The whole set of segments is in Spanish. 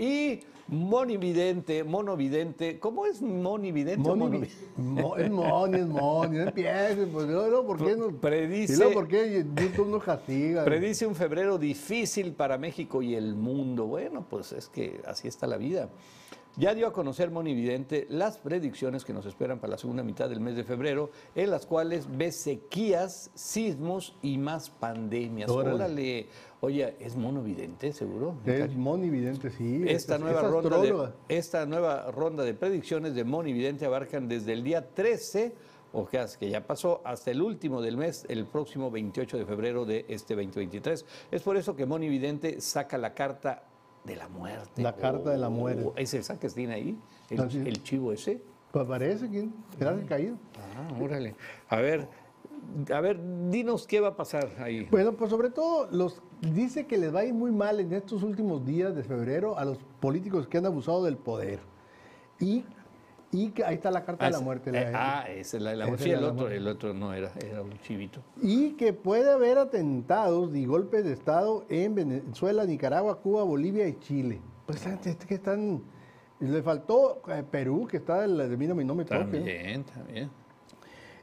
Y monividente, monovidente, ¿cómo es monividente? o Moni, monovi- mo- es Moni, es Moni, no empieces, pues luego, luego, ¿por qué nos, Predice- y luego, ¿por qué YouTube nos castiga? Predice un febrero difícil para México y el mundo. Bueno, pues es que así está la vida. Ya dio a conocer Monividente las predicciones que nos esperan para la segunda mitad del mes de febrero, en las cuales ve sequías, sismos y más pandemias. Órale. Órale. Oye, ¿es monovidente seguro? es Moni evidente, sí. Esta es- nueva, es ronda de, astróloga. esta nueva ronda de predicciones de Monividente abarcan desde el día 13, o que as- que ya pasó, hasta el último del mes, el próximo 28 de febrero de este 2023. Es por eso que Monividente saca la carta de la muerte. La carta de la Oh, muerte. ¿Es esa que tiene ahí? ¿El, Así es. el chivo ese? Pues parece que te has caído. Ah, órale. A ver, a ver, dinos qué va a pasar ahí. Bueno, pues sobre todo los dice que les va a ir muy mal en estos últimos días de febrero a los políticos que han abusado del poder. Y, y que ahí está la carta de la Ah, muerte. eh, la- ah, esa es la de la Esa muerte. es Sí, la el de la otro, muerte. el otro no era, era un chivito. Y que puede haber atentados y golpes de Estado en Venezuela, Nicaragua, Cuba, Bolivia y Chile. Pues es que están... Le faltó eh, Perú, que está el de mí no me, no me toque, ¿no? También, también.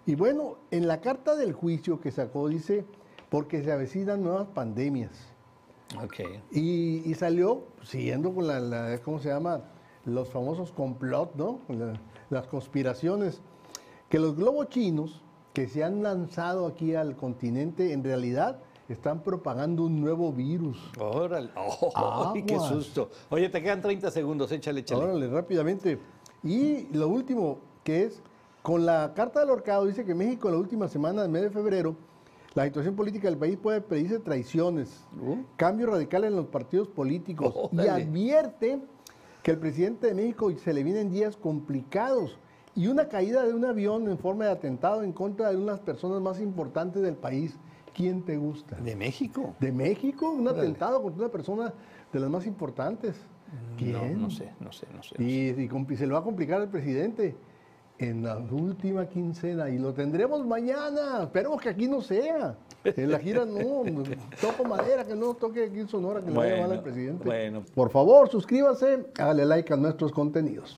Y bueno, en la carta del juicio que sacó dice, porque se avecinan nuevas pandemias. Ok. Y, y salió pues, siguiendo con la, la- ¿cómo se llama? Los famosos complot, ¿no? La- las conspiraciones. Que los globos chinos que se han lanzado aquí al continente, en realidad están propagando un nuevo virus. Órale. ¡Ay, qué Aguas. susto! Oye, te quedan 30 segundos, échale, échale. Órale, rápidamente. Y lo último, que es, con la carta del horcado, dice que México en la última semana del mes de febrero, la situación política del país puede pedirse traiciones, Uh. cambios radicales en los partidos políticos. y Órale. advierte que el presidente de México se le vienen días complicados y una caída de un avión en forma de atentado en contra de unas personas más importantes del país. ¿Quién te gusta? ¿De México? ¿De México? ¿Un atentado contra una persona de las más importantes? ¿Quién? Mm, No, no sé, no sé, no sé. no sé. Mm. Y, y compli- se lo va a complicar al presidente en la última quincena y lo tendremos mañana. Esperemos que aquí no sea. En la gira no, no, toco madera, que no toque aquí en Sonora, que le vaya mal Bueno, al presidente. bueno. Por favor, suscríbase, dale like a nuestros contenidos.